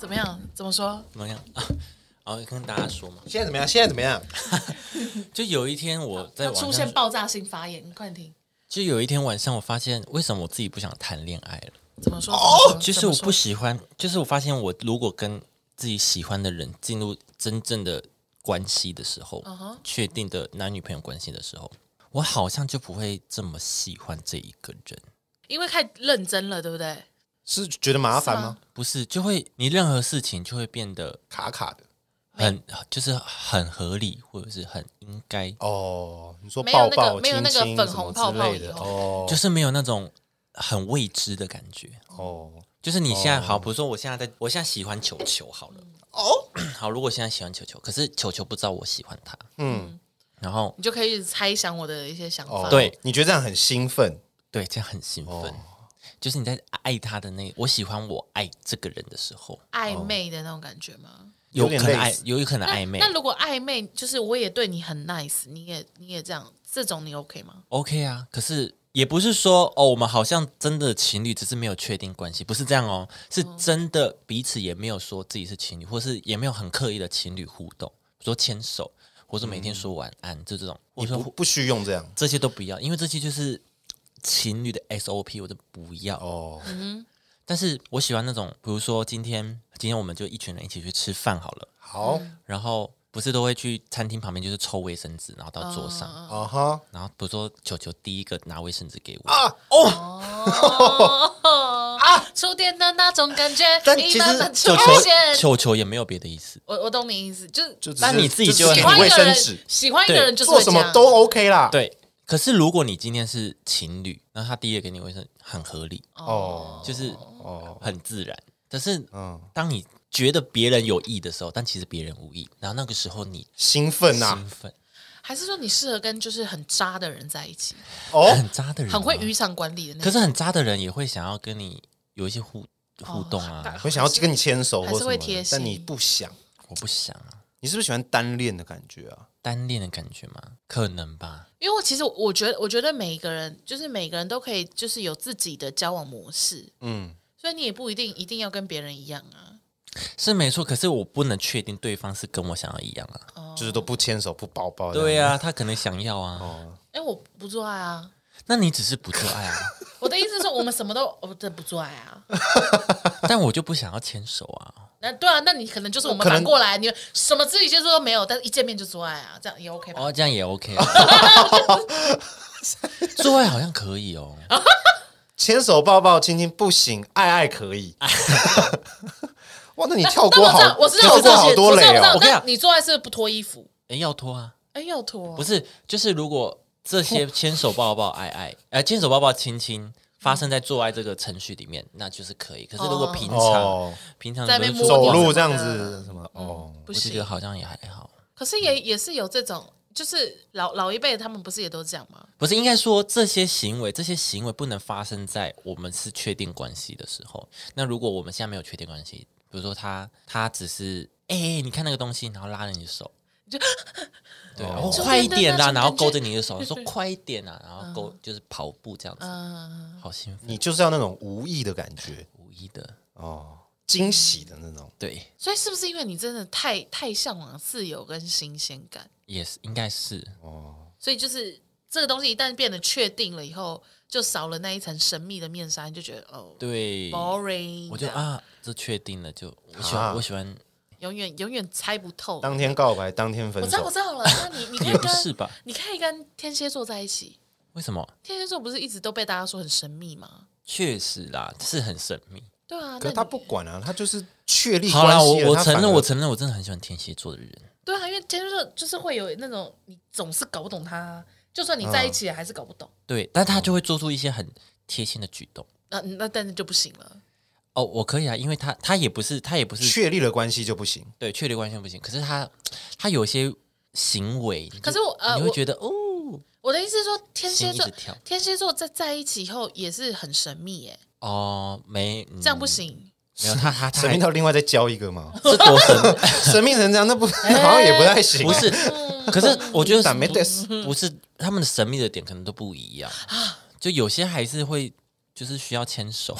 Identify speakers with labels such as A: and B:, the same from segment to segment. A: 怎么说？
B: 怎么样 啊？然后跟大家说嘛，
C: 现在怎么样？现在怎么样？
B: 就有一天我在
A: 要
B: 晚
A: 啊出
B: 上
A: 现，爆炸性发言，你快点听。
B: 就有一天晚上我发现为什么我自己不想谈恋爱了，
A: 怎么说？哦
B: 就是我不喜欢，就是我发现我如果跟自己喜欢的人进入真正的关系的时候
A: 嗯哼
B: 确定的男女朋友关系的时候，我好像就不会这么喜欢这一个人。
A: 因为太认真了，对不对？
C: 是觉得麻烦吗？
B: 不是，就会你任何事情就会变得
C: 卡卡的
B: 很就是很合理，或者是很应该，
C: 哦，你说
A: 没有
C: 抱
A: 那个
C: 抱、
A: 没有
C: 亲
A: 那个
C: 亲
A: 粉
C: 什
A: 红
C: 么
A: 泡
C: 之
A: 泡
C: 类
A: 以
C: 的
A: 后
C: 哦，
B: 就是没有那种很未知的感觉。
C: 哦
B: 就是你现在好，比如说我现在在，我现在喜欢球球好了，
C: 哦，
B: 好，如果现在喜欢球球，可是球球不知道我喜欢他，
C: 嗯，
B: 然后
A: 你就可以猜想我的一些想
C: 哦
A: 法。，
B: 对，
C: 你觉得这样很兴奋
B: 对，这样很兴奋。
C: 哦
B: 就是你在爱他的那，我喜欢我爱这个人的时候，
A: 暧昧的那种感觉吗？
B: 有
C: 有
B: 可
C: 点
B: 能
C: 类
B: 暧
C: 似，
B: 有可能
A: 那
B: 暧昧
A: 那如果暧昧，就是我也对你很 nice，你也你也这样，这种你 OK 吗？
B: ，OK 啊。可是也不是说哦，我们好像真的情侣，只是没有确定关系，不是这样哦，是真的彼此也没有说自己是情侣，或是也没有很刻意的情侣互动，比如说牵手，或者每天说晚安，就这种，或者
C: 嗯不不需用这样
B: 这些都不要，因为这些就是情侣的 SOP，我都不要。
C: 哦，
B: 但是我喜欢那种，比如说今天今天我们就一群人一起去吃饭好了，
C: 好
A: 嗯
B: 然后不是都会去餐厅旁边就是抽卫生纸，然后到桌上，
A: 嗯
C: 啊哈
B: 然后比如说球球第一个拿卫生纸给我，
C: 啊哦，
A: 哦，啊，触电的那种感觉，
C: 但
A: 一
C: 其实
A: 慢慢出
B: 球球
A: 现。
B: 球球也没有别的意思，
A: 我我懂你意思，就是
C: 就只
B: 但
C: 是
B: 你自己
C: 只
B: 就会
C: 是给
A: 喜
C: 你
A: 欢
C: 卫
A: 一个
C: 生
A: 人，
C: 纸，
A: 喜欢一个人就是
C: 做
A: 会
C: 什
A: 这
C: 么
A: 样。
C: 都 OK 啦，
B: 对。可是如果你今天是情侣，那他第一个给你卫生很合理，
C: 哦
B: 就是
C: 哦
B: 很自然。但是
C: 嗯，
B: 当你觉得别人有意的时候，但其实别人无意，然后那个时候你
C: 兴奋啊呐
B: 兴奋，
A: 还是说你适合跟就是很渣的人在一起，
C: 哦
B: 很渣的人吗啊
A: 很会渔场管理的那
B: 可
A: 种？
B: 是很渣的人也会想要跟你有一些互互动啊，
C: 我想要跟你牵手
A: 还
C: 或
A: 是
C: 什
A: 会
C: 么
A: 贴
C: 的，
A: 心
C: 但你不想，
B: 我不想啊，
C: 你是不是喜欢单恋的感觉啊？
B: 单恋的感觉吗？可能吧，
A: 因为我其实我觉得，我觉得每一个人就是每个人都可以就是有自己的交往模式，
C: 嗯，
A: 所以你也不一定一定要跟别人一样啊。
B: 是没错。可是我不能确定对方是跟我想要一样啊。
A: 哦
C: 就是都不牵手不抱抱，
B: 对
C: 呀，
B: 啊，他可能想要啊，
A: 哎，我不做爱啊。
B: 那你只是不做爱啊，
A: 我的意思是，我们什么都我真的不做爱啊。
B: 但我就不想要牵手啊。
A: 那对啊，那你可能就是我们
C: 可能
A: 反过来，你什么肢体接触都没有，但是一见面就做爱啊，这样也 OK 吧？
B: 哦，这样也 OK 啊。做爱好像可以哦，
C: 牵手抱抱亲亲不行，爱爱可 以。哇，那你跳
A: 但
C: 过
A: 我知
C: 好
A: 道，，我知道，
C: 跳
A: 我知
C: 过
A: 道，
C: 好
A: 我知道
C: 多
A: 我知
C: 雷
A: 道
C: 哦。
B: 我跟你讲
A: 但你做爱是不是不脱衣服？
B: 哎，要脱啊，
A: 哎，要脱，
B: 不是，就是如果这些牵手抱抱爱爱，呃，牵手抱抱亲亲。发生在做爱这个程序里面，那就是可以。可是如果平常、
C: 哦，
B: 平常
A: 在那边
B: 不是
A: 摸
B: 说
C: 走
A: 你
C: 路
A: 什
C: 这样
A: 么
C: 子
A: 的
C: 什么哦，
A: 不
B: 我就觉得
A: 行。
B: 好像也还好，
A: 可是也也是有这种，就是老老一辈他们不是也都这样吗？
B: 不是应该说这些行为，这些行为不能发生在我们是确定关系的时候。那如果我们现在没有确定关系，比如说他他只是哎、你看那个东西，然后拉着你的手，
A: 就
B: 对，
C: 哦
B: 然后
A: 就
B: 快一
A: 那
B: 点啦，
A: 那种
B: 然后
A: 感觉
B: 勾着你的手说快一点啊，然后勾、就是跑步这样子，
A: 嗯，
B: 好兴奋，
C: 你就是要那种无意的感觉
B: 无意的，
C: 哦，惊喜的那种。
B: 对，
A: 所以是不是因为你真的太太向往自由跟新鲜感，
B: 也是应该是
C: 哦
A: 所以就是这个东西一旦变得确定了以后，就少了那一层神秘的面纱，你就觉得哦
B: 对，
A: ，boring，
B: 我就
A: 这样
B: 啊，这确定了，就我喜欢、
C: 啊
B: 我喜欢
A: 永远永远猜不透。
C: 当天告白，当天
A: 我
C: 分
A: 知道，我
C: 手。
A: 知道了。那你你可以
B: 也不是
A: 跟
B: 吧？
A: 你可以跟天蝎座在一起。
B: 为什么？
A: 天蝎座不是一直都被大家说很神秘吗？
B: 确实啦，是很神秘。
A: 对啊，
C: 可
A: 那
C: 是他
A: 你
C: 不管啊，他就是确立
B: 好啦，
C: 关
B: 我
C: 系了。
B: 我
C: 他
B: 承
C: 反
B: 认，
C: 而
B: 我承认，我真的很喜欢天蝎座的人。
A: 对啊，因为天蝎座就是会有那种你总是搞不懂他啊，就算你
B: 嗯
A: 在一起了还是搞不懂。
B: 对，但他就会做出一些很贴心的举动。
A: 那那但是就不行了。
B: 哦，我可以啊，因为他他也不是他也不是
C: 确立了关系就不行。
B: 对确立关系不行，可是他他有些行为，你就
A: 可是我呃
B: 你会
A: 我
B: 觉得哦
A: 我的意思是说，天蝎座
B: 心一直跳
A: 天蝎座在在一起以后也是很神秘耶，
B: 哦没
A: 这样不，行。
B: 嗯没有他他他
C: 神
B: 还
C: 秘到另外再交一个吗？
B: 是多神秘，
C: 神秘成这样，那不好像也不太行。啊
B: 不是？可是我觉得
C: 但没
A: 嗯
B: 不
C: 得死
A: 啊
B: 不是他们的神秘的点可能都不一样，就有些还是会就是需要牵手，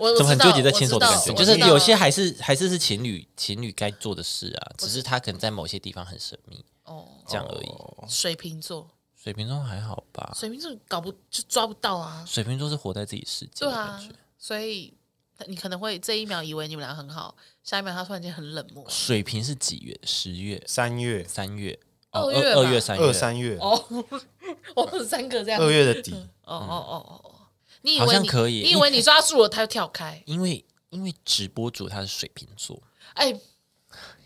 A: 我
B: 怎么很纠结在牵手的感觉？就是有些
A: 还
B: 还是还是是情侣情侣该做的事啊，只是他可能在某些地方很神秘
A: 哦，
B: 这样而已。
A: 水瓶座，
B: 水瓶座还好吧？
A: 水瓶座搞不就抓不到啊，
B: 水瓶座是活在自己世界
A: 对
B: 的感
A: 啊
B: 觉。，
A: 所以你可能会这一秒以为你们俩很好，下一秒他突然间很冷 漠。
B: 水瓶是几月？十月、
C: 三月、
B: 三月、
A: 二
B: 哦
A: 月
B: 二
A: 吧
B: 二月、三月、
C: 二三月、
A: 哦，我们三个这样，
C: 二
A: 哦
C: 月的底，
A: 哦哦哦哦，你以
B: 好
A: 为
B: 像
A: 你
B: 可以
A: 你以为你抓住了他就跳 开？
B: 因为因为直播主他是水瓶座，
A: 哎，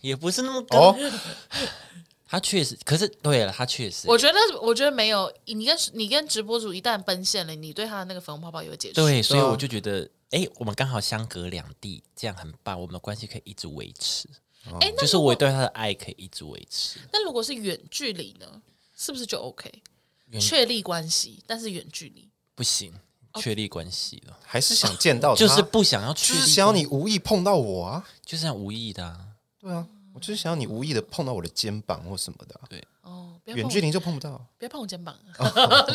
B: 也不是那么高。
C: 哦，
B: 他确实，可是对了，他确实，
A: 我觉得我觉得没有，你跟你跟直播主一旦奔现了，你对他的那个粉红泡泡也会结束。
B: 对，所以
C: 对啊
B: 我就觉得，哎、我们刚好相隔两地，这样很棒，我们的关系可以一直维持，
A: 哎，那
B: 就是
A: 如果
B: 我对他的爱可以一直维持。
A: 那如果是远距离呢？是不是就 OK？
B: 远
A: 确立关系，但是远距离，
B: 不行，确立关系了，
C: 还是想见哦到他，
B: 就是不想要确
C: 就
B: 立
C: 是
B: 关，
C: 想要你无意碰到我啊，
B: 就是这样无意的、啊，
C: 对啊，我就是想要你无意的碰到我的肩膀或什么的啊、
B: 对，
A: 哦，不要碰
C: 远
A: 我
C: 距离就碰不到，啊
A: 不要碰我肩膀。啊
B: 哦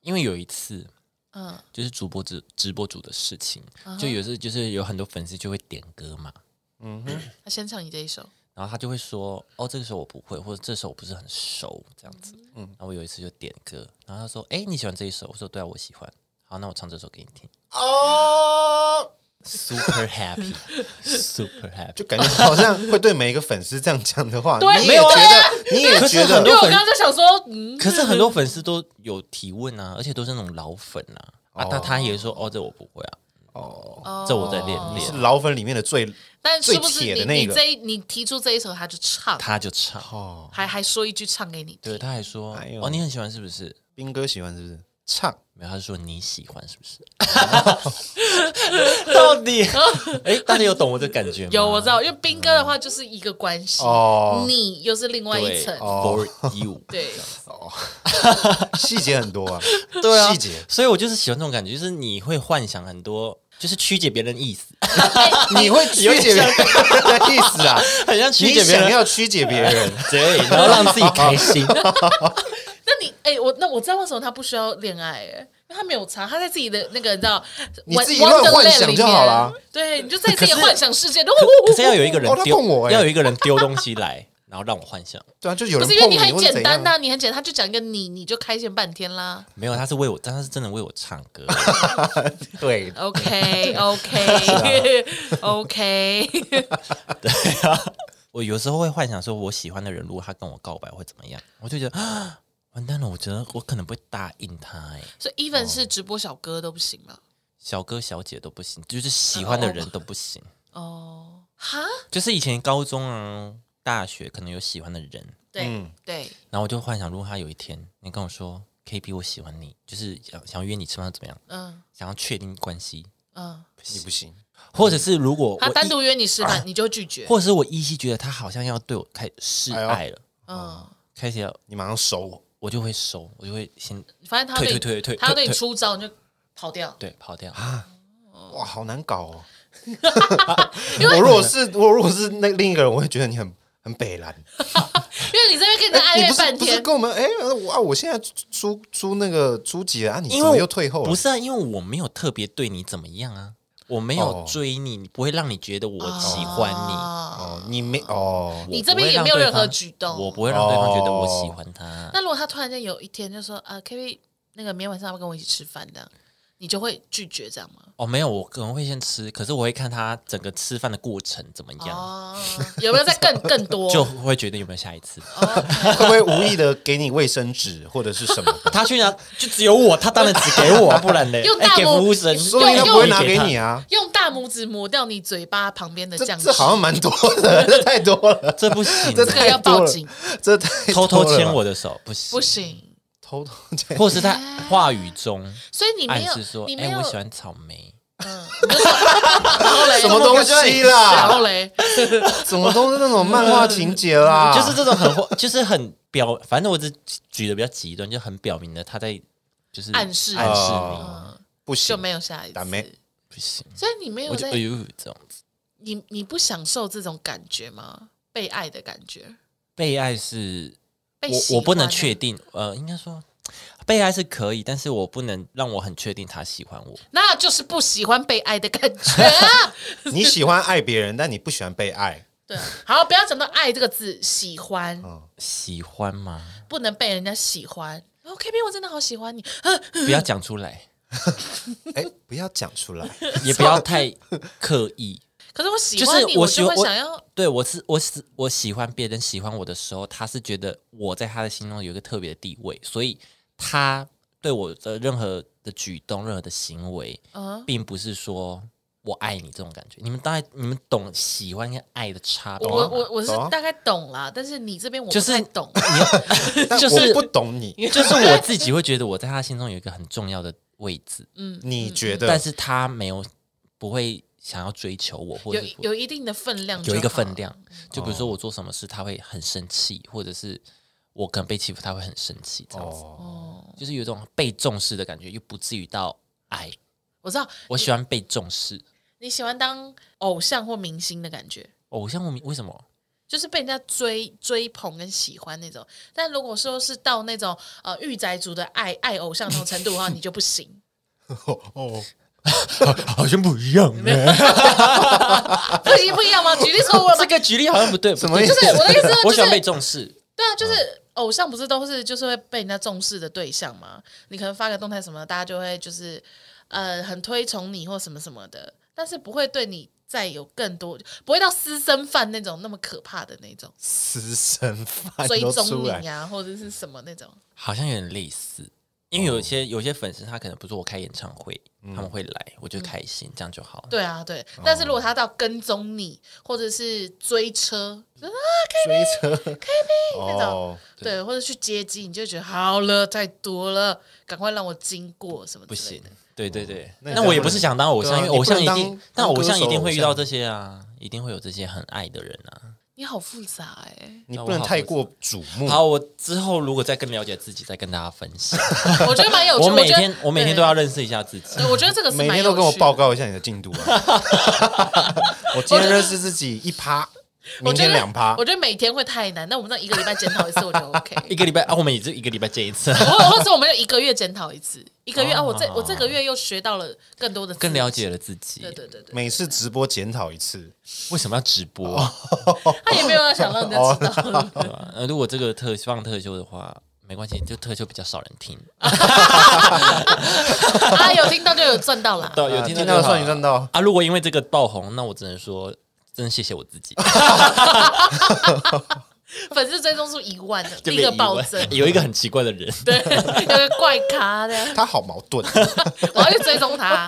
B: 因为有一次。
A: 嗯，
B: 就是主播直直播主的事情，
C: 啊
B: 就有时就是有很多粉丝就会点歌嘛，
A: 那先唱你这一首，
B: 然后他就会说：“哦，这个首我不会，或者这首我不是很熟，这样子。”嗯，然后我有一次就点歌，然后他说：“哎，你喜欢这一首？”我说：“对啊，我喜欢。”好，那我唱这首给你听。
C: 哦，
B: Super happy，super happy。
C: 就感觉好像会对每一个粉丝这样讲的话，
A: 对
C: 你也觉得，你也觉
B: 可是很
A: 因为
B: 多
C: 得，
A: 我
B: 粉
A: 刚刚在想说，嗯，
B: 可是很多粉丝都有提问啊，而且都是那种老粉啊。啊，
C: 哦
B: 那他也说：“哦，这我不会啊，
A: 哦
B: 这我在练
C: 你
B: 练
C: 是老粉里面的最
A: 但是不是
C: 最
A: 你
C: 铁的那
A: 你
C: 个
A: 这一你提出这一首，他就唱，
B: 他就唱。
C: 哦，
A: 还还说一句唱给你听
B: 对，，他还说：“
C: 哎呦
B: 哦，你很喜欢是不是
C: 兵哥喜欢是不是？唱？”
B: 没有，他就说：“你喜欢是不是？”到 底，哎，大家有懂我的感觉吗？
A: 有我知道，因为兵哥的话就是一个关系，
C: 哦
A: 你又是另外一
B: 嗯对哦
A: 层，
B: ，For you。
A: 对，
C: 细节很多啊，
B: 对啊，
C: 细节，
B: 所以我就是喜欢这种感觉，就是你会幻想很多，就是曲解别人意思，
C: 你会曲解别人 的意思啊？
B: 很像曲
C: 你
B: 解别
C: 想
B: 人，
C: 要曲解别人，
B: 对，然后让自己开 心。
A: 那你哎、我那我知道为什么他不需要恋爱哎、因为他没有差，他在自己的那个你知道，
C: 你自己乱幻想就好
A: Wonderland 里
C: 啦
A: 面。对，你就在自己的幻想世界。可
B: 可是要有一个人
C: 哦他
B: 丢，
C: 碰我欸
B: 要有一个人丢东西来，然后让我幻想，
C: 对啊，就有
A: 不
C: 人
A: 是因为
C: 碰
A: 你很
C: 或者
A: 简
C: 怎
A: 单啊
C: 样啊
A: 呐、，你很简单，他就讲一个你，你就开心半天啦。
B: 没有，他是为我，但他是真的为我唱 歌，
C: 对，
A: OK OK OK，
B: 我有时候会幻想说，我喜欢的人如果他跟我告白会怎么样，我就觉得 啊，完蛋了，我觉得我可能不会答应他、欸，
A: 所以 even 是直播小哥都不行嘛。
B: 小哥小姐都不行，就是喜欢的人都不行，
A: 哦，哈，
B: 就是以前高中啊、大学可能有喜欢的人，
A: 对、对，
B: 然后我就幻想，如果他有一天你跟我说 “K B，我喜欢你”，就是想想约你吃饭怎么样，
A: 嗯
B: 想要确定关系，
A: 嗯，
C: 你不行，
B: 或者是如果我
A: 他单
B: 依，
A: 独约你吃饭，你就拒绝。
B: 或者是我依稀觉得他好像要对我开示
C: 哎呦
B: 爱了，
A: 嗯，
B: 开始要
C: 你马上收我，
B: 我就会收，我就会先
A: 反正他对你
B: 退退退退
A: 他要对你
B: 退退
A: 出招，你就跑掉。
B: 对跑掉。
C: 啊
B: 嗯
C: 哇，好难搞 哦。我如果是我如果是那另一个人，我会觉得你很很北蓝。
A: 因为你这边跟人家
C: 哎
A: 暧
C: 你不
A: 昧
C: 是
A: 半
C: 不是
A: 天，
C: 跟我们哎，我啊，我现在出出那个出级了啊，你怎
B: 因为
C: 么
B: 我
C: 又退后了？
B: 不是啊，因为我没有特别对你怎么样啊，我没有
C: 哦
B: 追你，你不会让你觉得我喜欢你，
A: 哦
C: 哦，你没哦，
A: 你
B: 我
A: 这
B: 不
A: 边
B: 会
A: 也
B: 让
A: 没有
B: 对
A: 任何
B: 方
A: 举动
B: 我不会让对方觉得我
C: 哦
B: 喜欢他。
A: 那如果他突然间有一天就说啊，K B 那个明天晚上要不要跟我一起吃饭这样，你就会拒绝这样吗？
B: 哦，没有，我可能会先吃，可是我会看他整个吃饭的过程怎么样。
A: 哦，有没有再 更更多？
B: 就会觉得有没有下一次？
C: 会不会无意的给你卫生纸或者是什么 的？
B: 他去拿就只有我，他当然只给我，不然嘞，
A: 用
B: 哎
A: 大
B: 给
A: 拇
B: 服务生，
C: 说不定他不会拿给你
B: 啊。
C: 啊。
A: 用大拇指抹掉你嘴巴旁边的
C: 这
A: 酱汁，
C: 这好像蛮多的，这太多了，
B: 这不行，啊
C: 这
A: 这个要
C: 太多
A: 报
C: 了
A: 警，
C: 这太
B: 偷
C: 多
B: 偷牵
C: 了吧，
B: 我的手不行，
A: 不，行。
C: 偷偷牵。
B: 或者是在话语中
A: 所以你没
B: 暗
A: 有
B: 示说，，
A: 你没
B: 哎，
A: 有
B: 我，喜欢草 莓，
A: 嗯，你就说然后嘞，
C: 什么东西啊
A: 然
C: 啦？
A: 后嘞，
C: 怎么都是那种漫画情节啦？
B: 就是这种很话，就是很表，反正我只举的比较极端，就很表明的他在就是
A: 暗示
B: 暗示你
C: 哦
A: 嗯，
C: 不
A: 就
C: 行，
A: 没有下一
C: 打
A: 次。
C: 妹
B: 不行，
A: 所以你没有
B: 我就
A: 在
B: 哎，呦这样子，
A: 你你不享受这种感觉吗？被爱的感觉，
B: 被爱是
A: 被喜
B: 我我不能
A: 欢啊
B: 确定，呃，应该说被爱是可以，但是我不能让我很确定他喜欢我。
A: 那就是不喜欢被爱的感觉、 啊。
C: 你喜欢爱别人，但你不喜欢被爱。
A: 对，好，不要讲到爱这个字，喜欢
C: 嗯
B: 喜欢吗？
A: 不能被人家喜欢。哦，K B，我真的好喜欢你。
B: 不要讲出来，
C: 哎，不要讲出 来。
B: 也不要太刻意。
A: 可是我喜
B: 就是
A: 欢你，
B: 我喜
A: 就会
B: 我
A: 想要
B: 对我是我是我喜欢别人喜欢我的时候，他是觉得我在他的心中有一个特别的地位，所以他对我的任何的举动、任何的行为，
A: 嗯
B: 并不是说我爱你这种感觉。你们大概你们懂喜欢跟爱的差别
A: 我
B: 吗？
A: 我我我是
C: 懂啊
A: 大概懂啦，但是你这边我
B: 就
A: 不
B: 是
A: 太懂。
C: 但
B: 就
C: 我
B: 是
C: 不懂你，
B: 就是我自己会觉得我在他心中有一个很重要的位置，
C: 你觉
B: 但
C: 得？
B: 是他没有不会想要追求我，或
A: 有
B: 者是
A: 有一定的分量，
B: 有一个分。量，
A: 嗯
B: 就比如说我做什么事，他会很生气，或者是我可能被欺负，他会很生气，这样子，
C: 哦，
B: 就是有一种被重视的感觉，又不至于到爱。
A: 我知道
B: 我喜欢被重视，
A: 你喜欢当偶像或明星的感觉，
B: 偶像我为什么？
A: 就是被人家追追捧跟喜欢那种。但如果说是到那种呃御宅族的爱爱偶像那种程度 的话，你就不行。
C: 哦，
B: 好像不一样、
A: 不行不一 样吗？举例说我
B: 这
A: 们
B: 个举例好像不对，
C: 什
B: 什
C: 么意
A: 就
C: 思
A: 是我的意思说，
B: 我喜
A: 就
B: 欢被
A: 是
B: 重视，
A: 对啊，就是偶像不是都是就是会被人家重视的对象吗？你可能发个动态什么，大家就会就是呃很推崇你或什么什么的，但是不会对你再有更多，不会到私生饭那种那么可怕的那种
C: 私生饭
A: 追
C: 都出
A: 踪
C: 来
A: 你，啊或者是什么那种。
B: 好像有点类似。因为有
C: 哦
B: 些有些粉丝，他可能不是我开演唱会，
C: 嗯
B: 他们会来，我就开心，这样就好了。
A: 对啊，对。
B: 哦
A: 但是如果他到跟踪你，或者是追车，
C: 追车哦 k b
A: 那种，对，或者去接机，你就觉得好了，太多了，赶快让我经过什么
B: 不
A: 之类
B: 行
A: 的。，
B: 对对对。
C: 那
B: 那
C: 你
B: 我
C: 这样
B: 也
C: 不
B: 不是
C: 能
B: 想当偶
C: 哦对
B: 像，
C: 啊
B: 因为
C: 你
B: 偶
C: 不
B: 像
C: 能
B: 一
C: 当
B: 定，但
C: 当
B: 偶
C: 歌
B: 像一
C: 手
B: 定
C: 偶
B: 会遇到
C: 像
B: 这些啊，一定会有这些很爱的人啊。
A: 你好复杂哎、
C: 你
B: 那
C: 不
B: 我
C: 能
B: 好
C: 太
B: 复杂
C: 过瞩目。
B: 好，我之后如果再更了解自己，再跟大家分享。
A: 我觉得蛮有趣。
B: 我每
A: 觉得
B: 天我每天都要。认识一下自己
A: 对。对我觉得这个是
C: 每
A: 蛮
C: 天
A: 有
C: 都跟我
A: 趣的
C: 报。告一下你的进度啊！ 我今天认识自己一趴，
A: 我
C: 明
A: 觉
C: 天
A: 得
C: 两趴
A: 我，觉得每天会太难。那我们那一个礼拜检讨一次，我觉得 OK。
B: 一个礼拜啊，我们也就一个礼拜见一次，
A: 或或者我们就一个月检讨一次，一个月
B: 哦
A: 啊，我这我这个月又学到了更多的，
B: 更了。解了自己
A: 对。对对对，
C: 每次直播检讨一次。
B: 为什么要直播？
C: 哦
A: 他也没有想让人家知道。
B: 对吧？呃，如果这个特放特休的话，没关系，就特休比较少人听。
A: 啊，有听到就有赚到 啦。
B: 对，有
C: 啊
B: 听就
C: 听到
B: 好
C: 算你赚到
B: 啊！如果因为这个爆红，那我只能说，真的谢谢我 自己，
A: 粉丝追踪数一万的，
B: 就
A: 第
B: 被
A: 一个
B: 遗
A: 暴
B: 忘
A: 增，
B: 有一个很奇怪的人。
A: 对，有个怪咖的，
C: 他好矛盾，
B: 哦
A: 我要去追踪 他。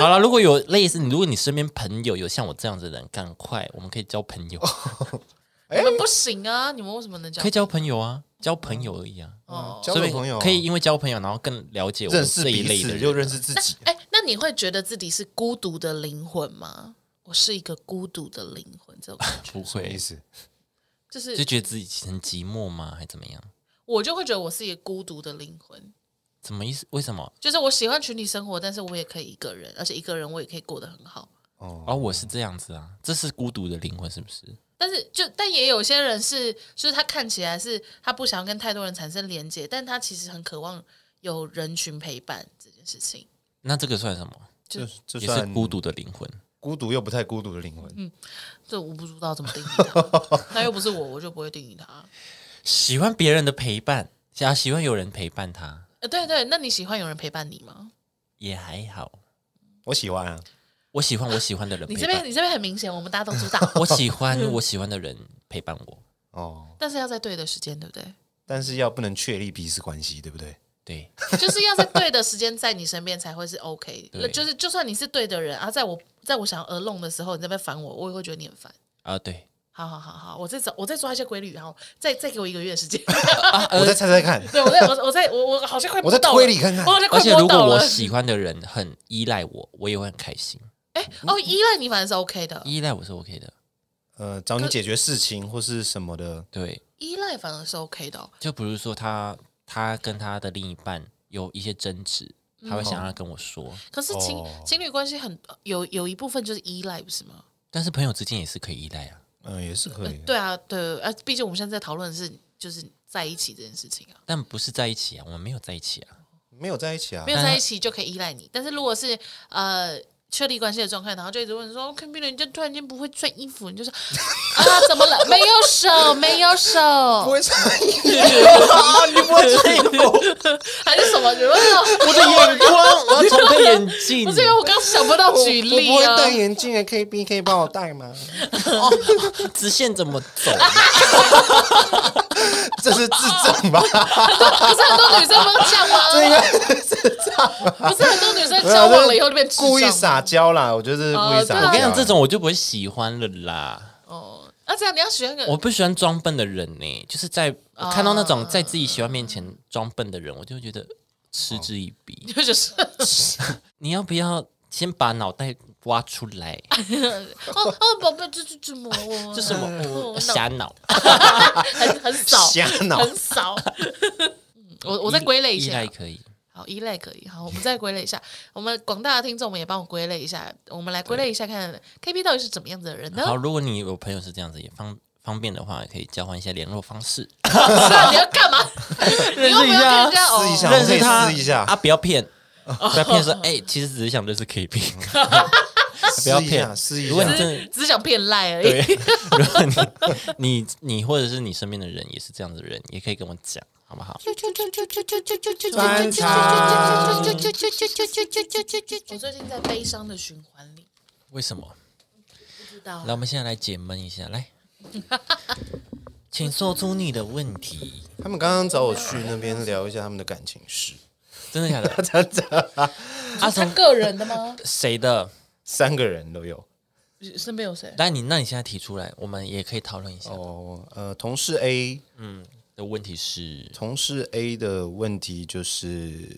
B: 好了，如果有类似，如果你身边朋友有像我这样子的人，赶快，我们可以交朋友，
C: 哦哎
A: 你们不行啊，你们为什么能讲
B: 可以？交朋友啊，交朋友而已啊。
A: 哦，
C: 嗯交
B: 所
C: 个
B: 以
C: 朋友
B: 可以因为交朋友，然后更了解我们
C: 认识
B: 这一
C: 彼
B: 类的
C: 此，又
B: 人。
C: 认识自
A: 那
C: 己。
A: 哎，那你会觉得自己是孤独的灵魂吗？我是一个孤独的灵魂，这种感 觉
B: 不
C: 什么意
B: 会，
C: 思？
A: 就是
B: 就觉得自己很寂寞吗？还怎么样？
A: 我就会觉得我是一个孤独的灵魂，
B: 怎么意思？为什么？
A: 就是我喜欢群体生活，但是我也可以一个人，而且一个人我也可以过得很好。
C: 哦，
B: 哦，我是这样子啊，这是孤独的灵魂，是不是？
A: 但是就但也有些人是，就是他看起来是他不想要跟太多人产生连接，但他其实很渴望有人群陪伴这件事情。
B: 那这个算什么？
C: 这这
B: 也是
C: 算
B: 孤独的灵魂。
C: 孤独又不太孤独的灵
A: 嗯
C: 魂。
A: 这我不知道怎么定义它，那又不是我，我就不会定义它。
B: 喜欢别人的陪伴，想要喜欢有人陪伴他，
A: 呃，对对，那你喜欢有人陪伴你吗？
B: 也还好。
C: 我喜欢啊，
B: 我喜欢我喜欢的人
A: 你
B: 陪
A: 这
B: 伴，
A: 边你这边很明显，我们大家都知道，
B: 我 喜欢我喜欢的人陪伴我。
C: 哦，
A: 但是要在对的时间，对不对？
C: 但是要不能确立彼此关系，对不对？
B: 对，
A: 就是要在对的时间在你身边才会是 OK
B: 对。
A: 就是就算你是对的人啊，在我在我想要 alone 的时候，你在那边烦我，我也会觉得你很烦。
B: 啊对，
A: 好好好好，我再找我再抓一些规律，然后再再给我一个月的 时间。啊
C: 我再
A: 呃
C: 猜猜看，
A: 对，我在我我在我我好像快
C: 我在
A: 摸到
C: 推
A: 了
C: 理看看
A: 我好像
B: 而
A: 快
B: 且
A: 摸
B: 如果
A: 到
B: 我
A: 了。
B: 喜欢的人很依赖我，我也会很开心。
A: 哎哦，依赖你反正是 OK 的，
B: 依赖我是 OK 的，
C: 呃，找你解决事情或是什么的，
B: 对，
A: 依赖反而是 OK 的哦、
B: 就比如说他他跟他的另一半有一些争执，他会
A: 嗯
B: 想要跟我说，
A: 可是情、
C: 哦
A: 情侣关系很有有一部分就是依赖，不是吗？
B: 但是朋友之间也是可以依赖啊。
A: 呃
C: 嗯，也是可以的。
A: 对啊，对啊，毕竟我们现在在讨论的是就是在一起这件事情啊。
B: 但不是在一起啊，我们没有在一起啊。
C: 没有在一起啊
A: 没，有在一起就可以依赖你，但是如果是呃确立关系的状态，然后就一直问说，看病人家突然间不会穿衣服，你就说啊怎么了？没有手，没有
C: 不
A: 手，
C: 会穿衣服，
A: 啊
C: 你不会穿衣服，
A: 还是什么？你问我，
B: 我的眼光，我要冲配眼镜
A: 不是因为我刚想不到举例
C: 我我不
A: 啊
C: 会戴。眼镜的 K B 可以帮我 戴吗？
B: 直线怎么走？
C: 这是智 障吧？
A: 不是很多女生不都这样
C: 这应
A: 吗？
C: 该是智障吧，
A: 不是很多女生交往了以后就变智障
C: 啊故意
A: 吗
C: 撒娇啦，我觉得这是故意撒
A: 哦对啊
C: 娇。
B: 我跟你讲，这种我就不会喜欢了啦。
A: 哦。那这样你要选一个
B: 我不喜欢装笨的人呢、就是在
A: 啊
B: 我看到那种在自己喜欢面前装笨的人，我就觉得嗤之以鼻。
A: 就就是
B: 你要不要先把脑袋挖出来？
A: 哦哦，宝贝，这这这么我
B: 这什么？
A: 我
B: 瞎脑？
A: 很很少，
C: 瞎脑
A: 很少。嗯我我再归类一
B: 依
A: 下
B: 赖，可以。
A: 好，依赖可以。好，我们再归类一下，我们广大的听众们也帮我归类一下，我们来归类一下，看 K P 到底是怎么样子的人呢？
B: 好，如果你有朋友是这样子，也方方便的话，也可以交换一下联络方式，
A: 那你要干嘛？你又没有跟人家
C: 认识一下
A: 哦，
B: 认
C: 我们可以
B: 识他
C: 试一下
B: 啊！不要骗，不要骗 说哎，其实只是想认识 K B。不要
C: 试一下，
B: 骗
C: 试一
B: 如果你
C: 下。
B: 真的
A: 只想骗赖而已。
B: 对，如果 你你你或者是你身边的人也是这样子的人，也可以跟我讲，好不好？
C: 翻唱
A: 我最近在悲伤的循环里，
B: 为什么？
A: 不知道
B: 来，我们现在来解闷一下， 来，请说出你的问题。
C: 他们刚刚找我去那边聊一下他们的感情 事，
B: 真的假 的？
C: 真的，
B: 阿
A: 他
B: 从
A: 个人的吗？
B: 谁的？
C: 三个人都有。
A: 身边有谁？
B: 那你那你现在提出来，我们也可以讨论一下。
C: 哦，呃，同事 A，
B: 嗯，的问题是，
C: 同事 A 的问题就是，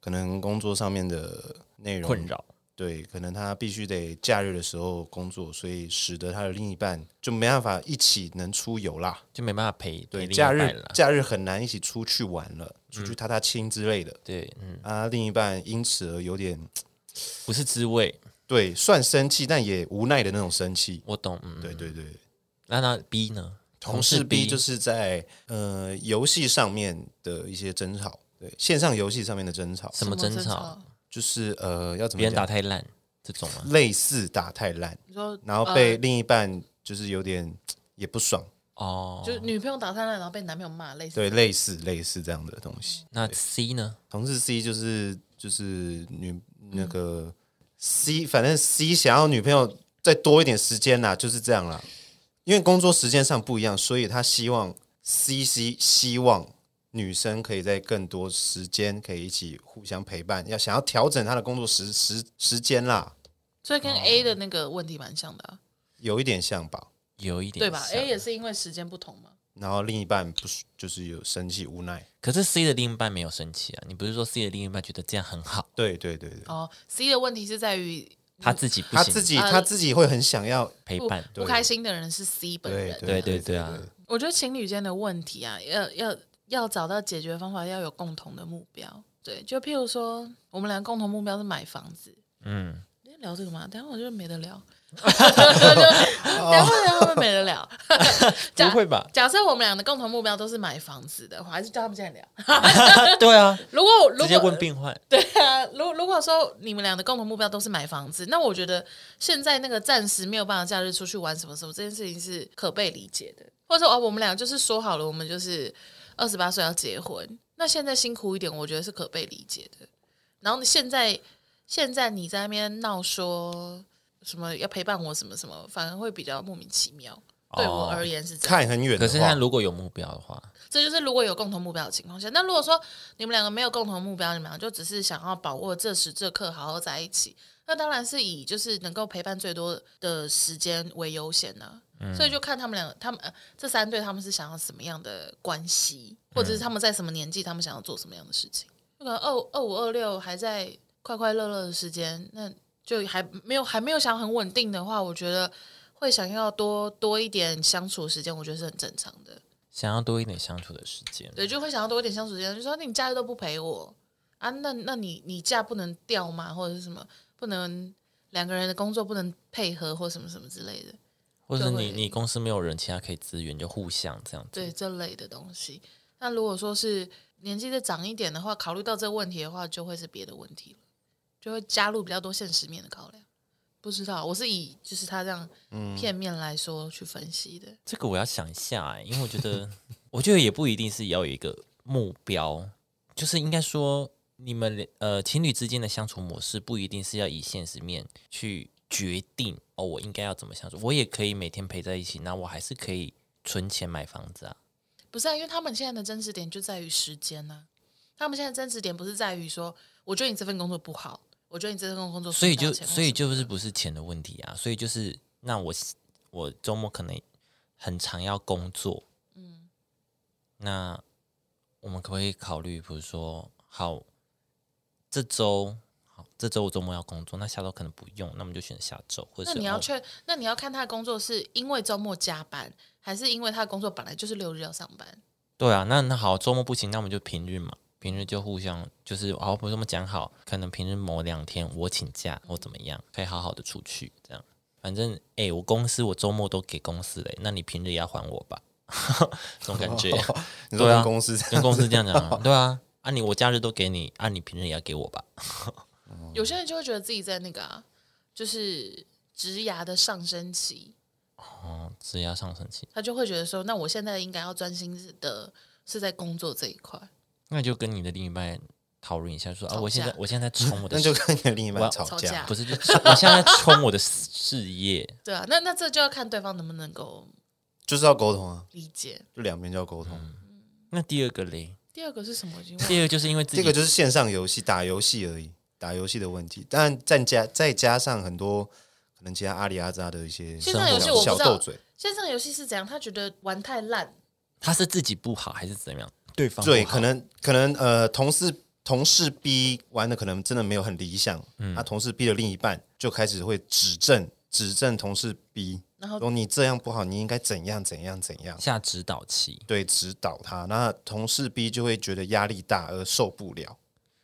C: 可能工作上面的内容
B: 困扰，
C: 对，可能他必须得假日的时候工作，所以使得他的另一半就没办法一起能出游啦。
B: 就没办法陪陪
C: 对，
B: 另一
C: 假
B: 半
C: 日
B: 了。嗯
C: 假日很难一起出去玩了，出去踏踏青之类的。
B: 对，嗯，
C: 啊，另一半因此而有点
B: 不是滋味，
C: 对，算生气，但也无奈的那种生气。
B: 我懂。嗯，
C: 对对对，
B: 那那 B 呢？
C: 同事 B 就是是在呃游戏上面的一些争吵，对线上游戏上面的争吵，
B: 什么争吵？？
C: 就是呃要怎
B: 别
C: 么
B: 人打
C: 讲，
B: 太烂这种吗？
C: 类似打太烂，
A: 你说，呃
C: 然后被另一半就是有点也不爽，
B: 哦，
A: 就是女朋友打烂了，然后被男朋友骂，类似
C: 对，类似类似这样的东西。
B: 那 C 呢？
C: 同事 C 就是就是
B: 嗯
C: 女那个 C，反正 C 想要女朋友再多一点时间啦，就是这样啦。因为工作时间上不一样，所以他希望 C C 希望女生可以在更多时间可以一起互相陪伴，要想要调整他的工作时时时间啦，
A: 所以跟 A 的那个问题蛮像的啊，
C: 有一点像吧。
B: 有一点
A: 对吧
B: 像
A: ？A 也是因为时间不同嘛。
C: 然后另一半不是就是有生气无奈，
B: 可是 C 的另一半没有生气啊，你不是说 C 的另一半觉得这样很好，
C: 对对对对，
A: 哦，C 的问题是在于
B: 他自己不
C: 他
B: 行
C: 自己
A: 呃
C: 他自己会很想要，
B: 陪
A: 不
B: 伴？
A: 不开心的人是 C 本
C: 对
A: 人。
B: 对对对啊，
A: 我觉得情侣间的问题啊，要要要找到解决方法，要有共同的目标。对，就譬如说，我们俩共同目标是买房子。
B: 嗯，
A: 今天聊这个吗？等一下我就没得聊，
B: 哦
A: 就等一下会不会没得聊？假
B: 不会吧？
A: 假设我们俩的共同目标都是买房子的，我还是叫他们现在聊。
B: 对啊，
A: 如果如
B: 直接
A: 果
B: 问病患，
A: 对啊，如如果说你们俩的共同目标都是买房子，那我觉得现在那个暂时没有办法假日出去玩什么什么，这件事情是可被理解的。或者说哦，我们俩就是说好了，我们就是二十八岁要结婚，那现在辛苦一点，我觉得是可被理解的。然后你现在现在你在那边闹说什么要陪伴我什么什么，反而会比较莫名其妙。对我
B: 哦
A: 而言是这样。
C: 看很远的话。
B: 可是他如果有目标的话，
A: 这就是如果有共同目标的情况下。那如果说你们两个没有共同目标，你们俩就只是想要把握这时这刻好好在一起，那当然是以就是能够陪伴最多的时间为优先呐、所以就看他们两个，他们、呃、这三对他们是想要什么样的关系，或者是他们在什么年纪，他们想要做什么样的事情。那个二二五二六还在快快乐乐的时间，那就还没有还没有想很稳定的话，我觉得会想要多多一点相处时间，我觉得是很正常的。
B: 想要多一点相处的时间，
A: 对，就会想要多一点相处时间，就说啊那你假日都不陪我啊，那那你你假不能调吗？或者是什么不能两个人的工作不能配合或什么什么之类的，
B: 或者
A: 就
B: 你
A: 会
B: 你公司没有人，其他可以支援，就互相这样子。
A: 对这类的东西。那如果说是年纪再长一点的话，考虑到这个问题的话，就会是别的问题了，就会加入比较多现实面的考量。不知道，我是以就是他这样片面来说去分析的。
B: 这个我要想一下、欸，因为我觉得，我觉得也不一定是要有一个目标，就是应该说，你们两呃情侣之间的相处模式不一定是要以现实面去决定哦，我应该要怎么相处。我也可以每天陪在一起，那我还是可以存钱买房子啊。
A: 不是啊，因为他们现在的争执点就在于时间呐、他们现在争执点不是在于说，我觉得你这份工作不好，我觉得你这份工作
B: 所以就
A: 赚不到钱
B: 所以就是不是钱的问题啊，所以就是那我我周末可能很常要工作，嗯，那我们可不可以考虑，比如说，好，这周好，这周我周末要工作，那下周可能不用，那我们就选下周，或者
A: 那
B: 是
A: 你要
B: 哦
A: 确，那你要看他的工作是因为周末加班，还是因为他的工作本来就是六日要上班？
B: 对啊，那那好，周末不行，那我们就平日嘛，平日就互相就是哦好，不是这么讲好，可能平日某两天我请假或怎么样，可以好好的出去这样。反正哎、我公司我周末都给公司嘞，那你平日也要还我吧， 这种感觉，
A: 哦
C: 你说
B: 对啊
C: 跟公司这
B: 跟
C: 样
B: 公司这样 讲、啊，对啊，啊你我假日都给你，啊你平日也要给我吧，哦
A: 有些人就会觉得自己在那个、啊，就是职涯的上升期，
B: 哦，只要上升期，
A: 他就会觉得说，那我现在应该要专心的是在工作这一块。
B: 那就跟你的另一半讨论一下说啊，
A: 吵
B: 我现在
A: 架
B: 我现在在冲我的
C: 那
B: 事，
C: 就跟你的另一
B: 我
C: 半
B: 要
C: 吵
A: 吵
C: 架
A: 架。
B: 不是就我现在在冲我的事事业，
A: 对啊，那那这就要看对方能不能够
C: 就是要沟通啊，
A: 理解。
C: 就两边就要沟通。
B: 嗯那第二个嘞。
A: 第二个是什么？我已经忘了
B: 第二个就是因为自己
C: 这个就是线上游戏打游戏而已，打游戏的问题。当然，再加再加上很多可能其他阿里阿扎的一些
A: 线上游戏我不知
C: 小
A: 道
C: 斗嘴，
A: 线上游戏是怎样？他觉得玩太烂，
B: 他是自己不好还是怎么样？对方
C: 对，
B: 不好
C: 可能可能呃，同事同事 B 玩的可能真的没有很理想，
B: 嗯
C: 那、同事 B 的另一半就开始会指正指正同事 B，
A: 然后
C: 说你这样不好，你应该怎样怎样怎样，
B: 下指导期，
C: 对，指导他。那同事 B 就会觉得压力大而受不了，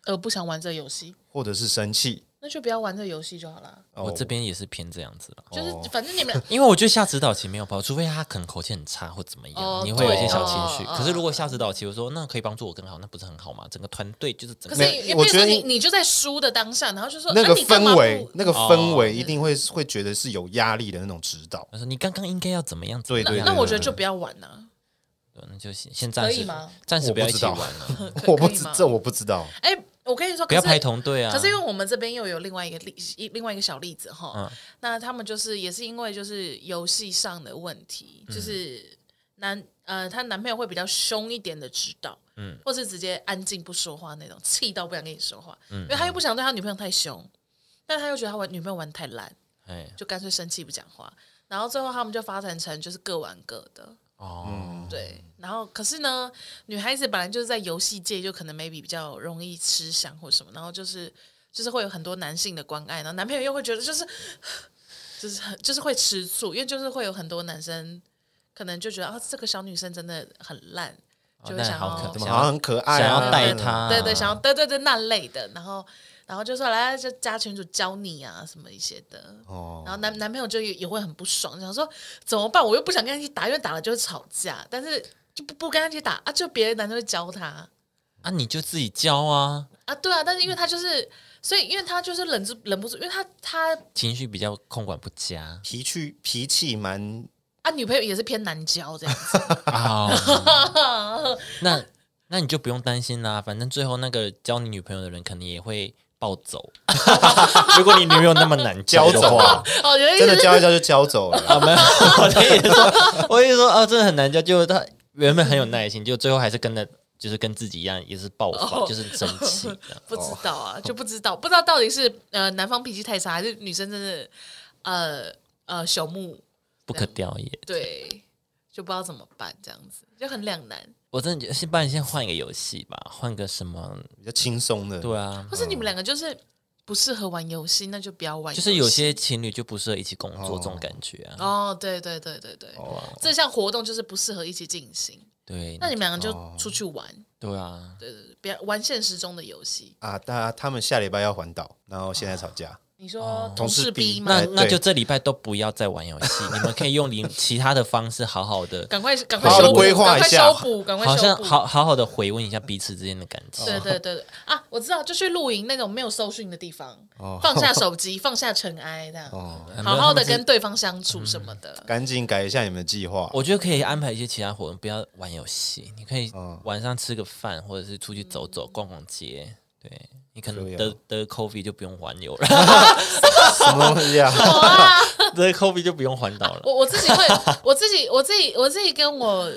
A: 呃不想玩这游戏，
C: 或者是生气。
A: 那就不要玩这游戏就好啦。
C: 哦
B: 我这边也是偏这样子了。
A: 就是反正你 们
B: 因为我觉得下指导期没有帮助，除非他可能口气很差或怎么样，
A: 哦
B: 你会有一些小情绪。
A: 对哦
B: 可是如果下指导期，我说那可以帮助我更好，那不是很好吗？整个团队就是整
A: 可
B: 个
A: 是
C: 没有
A: 也，也
C: 我
A: 比如
C: 觉
A: 说
C: 得
A: 你，
C: 你
A: 你就在输的当下，然后就说
C: 那
A: 啊
C: 个
A: 你干嘛
C: 氛围
A: 不，
C: 那个氛围
B: 哦
C: 一定会会觉得是有压力的那种指导。
B: 他说你刚刚应该要怎么样？
C: 对
B: 怎么
C: 对
B: 样
A: 那我觉得就不要玩了。
B: 对那就先先暂
A: 可以
B: 时
A: 吗
B: 暂时
C: 我
B: 不要
C: 不
B: 一
C: 知
B: 起
C: 道
B: 玩了，
A: 可
C: 我
A: 嗯
C: 不
A: 可以
C: 知
A: 吗
C: 这我不知道，
A: 哎，我跟你说，
B: 不要
A: 可是
B: 排同队啊。
A: 可是因为我们这边又有另外一个例，一另外一个小例子哈，那他们就是也是因为就是游戏上的问题，就是男呃，她男朋友会比较凶一点的指导，嗯，或是直接安静不说话那种，气到不想跟你说话，因为他又不想对他女朋友太凶，但他又觉得他玩女朋友玩太烂，
B: 哎
A: 就干脆生气不讲话，然后最后他们就发展成就是各玩各的，
B: 哦，
A: 对，然后可是呢，女孩子本来就是在游戏界就可能 maybe 比较容易吃香或什么，然后就是就是会有很多男性的关爱，然后男朋友又会觉得就是就是很就是会吃醋，因为就是会有很多男生可能就觉得啊这个小女生真的很烂，就会
B: 哦那
A: 想
B: 好
A: 要
B: 可想
C: 怎么
B: 要
C: 好像很可爱、
B: 想
C: 啊，
B: 要带啊他，
A: 对对想要对对对那类的，然后然后就说来就加群主教你啊什么一些的，
C: 哦
A: 然，后男男朋友就也也会很不爽，想说怎么办？我又不想跟他一起打，因为打了就会吵架，但是就不不跟他一起打啊，就别的男生会教他
B: 啊，你就自己教啊，
A: 啊，对啊，但是因为他就是，所以因为他就是忍住忍不住，因为他他
B: 情绪比较控管不佳
C: 脾气脾气蛮
A: 啊女朋友也是偏难教这样子，
B: 啊。 那那你就不用担心啦，反正最后那个教你女朋友的人肯定也会暴走。 如果你女朋友那么难
C: 交
B: 教的
C: 走
B: 话
C: 啊，，
A: 哦，有一
C: 真的
A: 次
C: 交一交就交走了。
B: 啊没有，我的意思说， 我的意思说啊，真的很难教。就他原本很有耐心，就最后还是跟着，就是跟自己一样，也是爆发，
A: 哦
B: 就是生气 这样。
A: 不知道啊，就不知道不知道到底是呃男方脾气太差，还是女生真的呃呃朽木，
B: 不可雕也。
A: 对，就不知道怎么办这样子，就很两难。
B: 我真的觉得，先不然你先换一个游戏吧，换个什么？
C: 比较轻松的，
B: 对啊
A: 或，是你们两个就是不适合玩游戏，那就不要玩游戏。
B: 就是有些情侣就不适合一起工作，
C: 哦
B: 这种感觉啊。
A: 哦，对对对对对，
C: 啊
A: 这项活动就是不适合一起进行。
B: 对，
A: 那你们两个
C: 哦
A: 就出去玩，
B: 对啊，
A: 对对对，不要玩现实中的游戏。
C: 啊，他他们下礼拜要环岛，然后现在吵架，
A: 你说
B: 哦
A: 同
C: 同事
A: 事 B
C: B
A: 吗
B: 那？
C: 哎
B: 那
C: 对
B: 就这礼拜都不要再玩游 戏，你们可以用你其他的方式好好的，
A: 赶快赶快
C: 好好
A: 修
C: 地
A: 补
C: 规划
A: 赶快
C: 一下哦
A: 修补，赶快
B: 好
A: 修
B: 像
A: 补。
B: 好好好的回温一下彼此之间的感情。
A: 对对对对啊！我知道，就去露营那种没有搜讯的地方，
C: 哦
A: 放下手机，放下尘埃，这样、
C: 哦，嗯
A: 好好的跟对方相处什么的。
C: 赶紧改一下你们的计划。
B: 我觉得可以安排一些其他活动，不要玩游戏。你可以
C: 嗯
B: 晚上吃个饭，或者是出去走走、逛逛街。对你可
C: 可以
B: 能
C: 啊
B: 得得 COVID 就不用环游了，
C: 什么东西啊？
B: 得 COVID 就不用环岛了。
A: 我我自己会，我自己我自己我自己跟我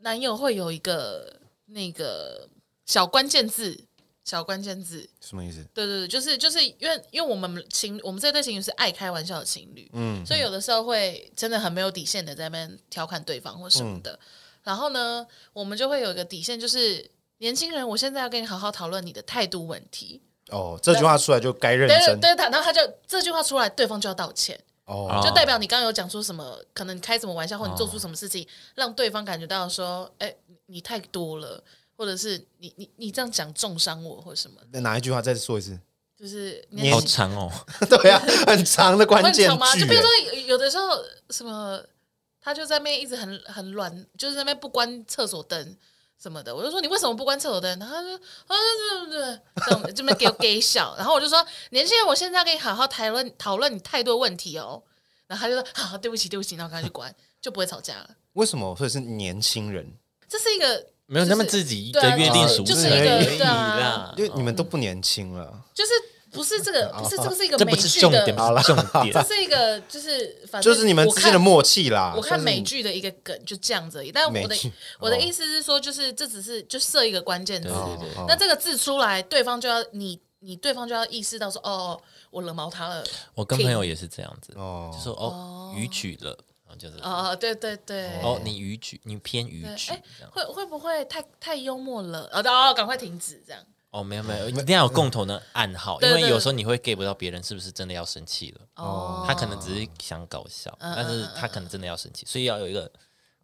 A: 男友会有一个那个小关键字，小关键字。
C: 什么意思？
A: 对对对，就是就是因为因为我们情我们这对情侣是爱开玩笑的情侣，
C: 嗯，
A: 所以有的时候会真的很没有底线的在那边调侃对方或什
C: 嗯
A: 么的。然后呢，我们就会有一个底线，就是年轻人，我现在要跟你好好讨论你的态度问题。
C: 哦，这句话出来就该认
A: 对对
C: 真
A: 对，然后他就这句话出来，对方就要道歉，
C: 哦。
A: 就代表你刚刚有讲出什么，可能你开什么玩笑，或你做出什么事情，让对方感觉到说，哎，你你太多了，或者是你你你这样讲重伤我或什么，
C: 那哪一句话再说一次？
A: 就是
C: 你
B: 好
A: 年轻
B: 长哦，
C: 对啊，很长的关
A: 很
C: 键
A: 长吗？
C: 句
A: 就比如
C: 欸。
A: 说有有的时候什么，他就在那边一直很很乱，就是在那边不关厕所灯什么的。我就说你为什么不关厕所灯？然后他就啊对对对，这种这边给我给笑。然后我就说年轻人，我现在要跟你好好讨论讨论你太多问题哦。然后他就说好、对不起对不起，然后赶快去关，就不会吵架了。
C: 为什么会是年轻人？
A: 这是一个
B: 没有
A: 就是
B: 他们自己
A: 对啊
B: 的约定俗
A: 就是
B: 成
C: 就是一个
B: 而
A: 对
B: 已
A: 啊
B: 啦。
C: 因为你们都不年轻了，
A: 就是不是这个不是这个是一个
B: 这
A: 美
B: 不是
A: 剧
B: 重
A: 的
B: 点，，不是重
A: 这
B: 点。
A: 是一个就是反正
C: 就是你们
A: 我
C: 之
A: 看
C: 间的默契啦。
A: 我看
C: 啊算是
A: 美
C: 你
A: 剧的一个梗就这样子而已，但我
C: 美
A: 的
C: 剧
A: 我的
C: 哦
A: 意思是说，就是这只是就设一个关键字，
C: 对对对
A: 那这个字出来，对方就要你你对方就要意识到说，哦，我惹毛他了，
B: 我跟朋友也是这样子，
C: 哦
B: 就说哦逾矩了，然后就是
A: 哦，哦对对对，
B: 哦你逾矩，你偏逾
A: 对
B: 矩
A: 哎
B: 这样。
A: 会会不会太太幽默了？哦，哦，赶快停止这样。
B: 哦，没有没有，一定要有共同的暗号，
A: 嗯对
B: 因
A: 对
B: 为有时候你会 get 不到别人是不是真的要生气了。
A: 哦，嗯
B: 他可能只是想搞笑，但是他可能真的要生气，所以要有一个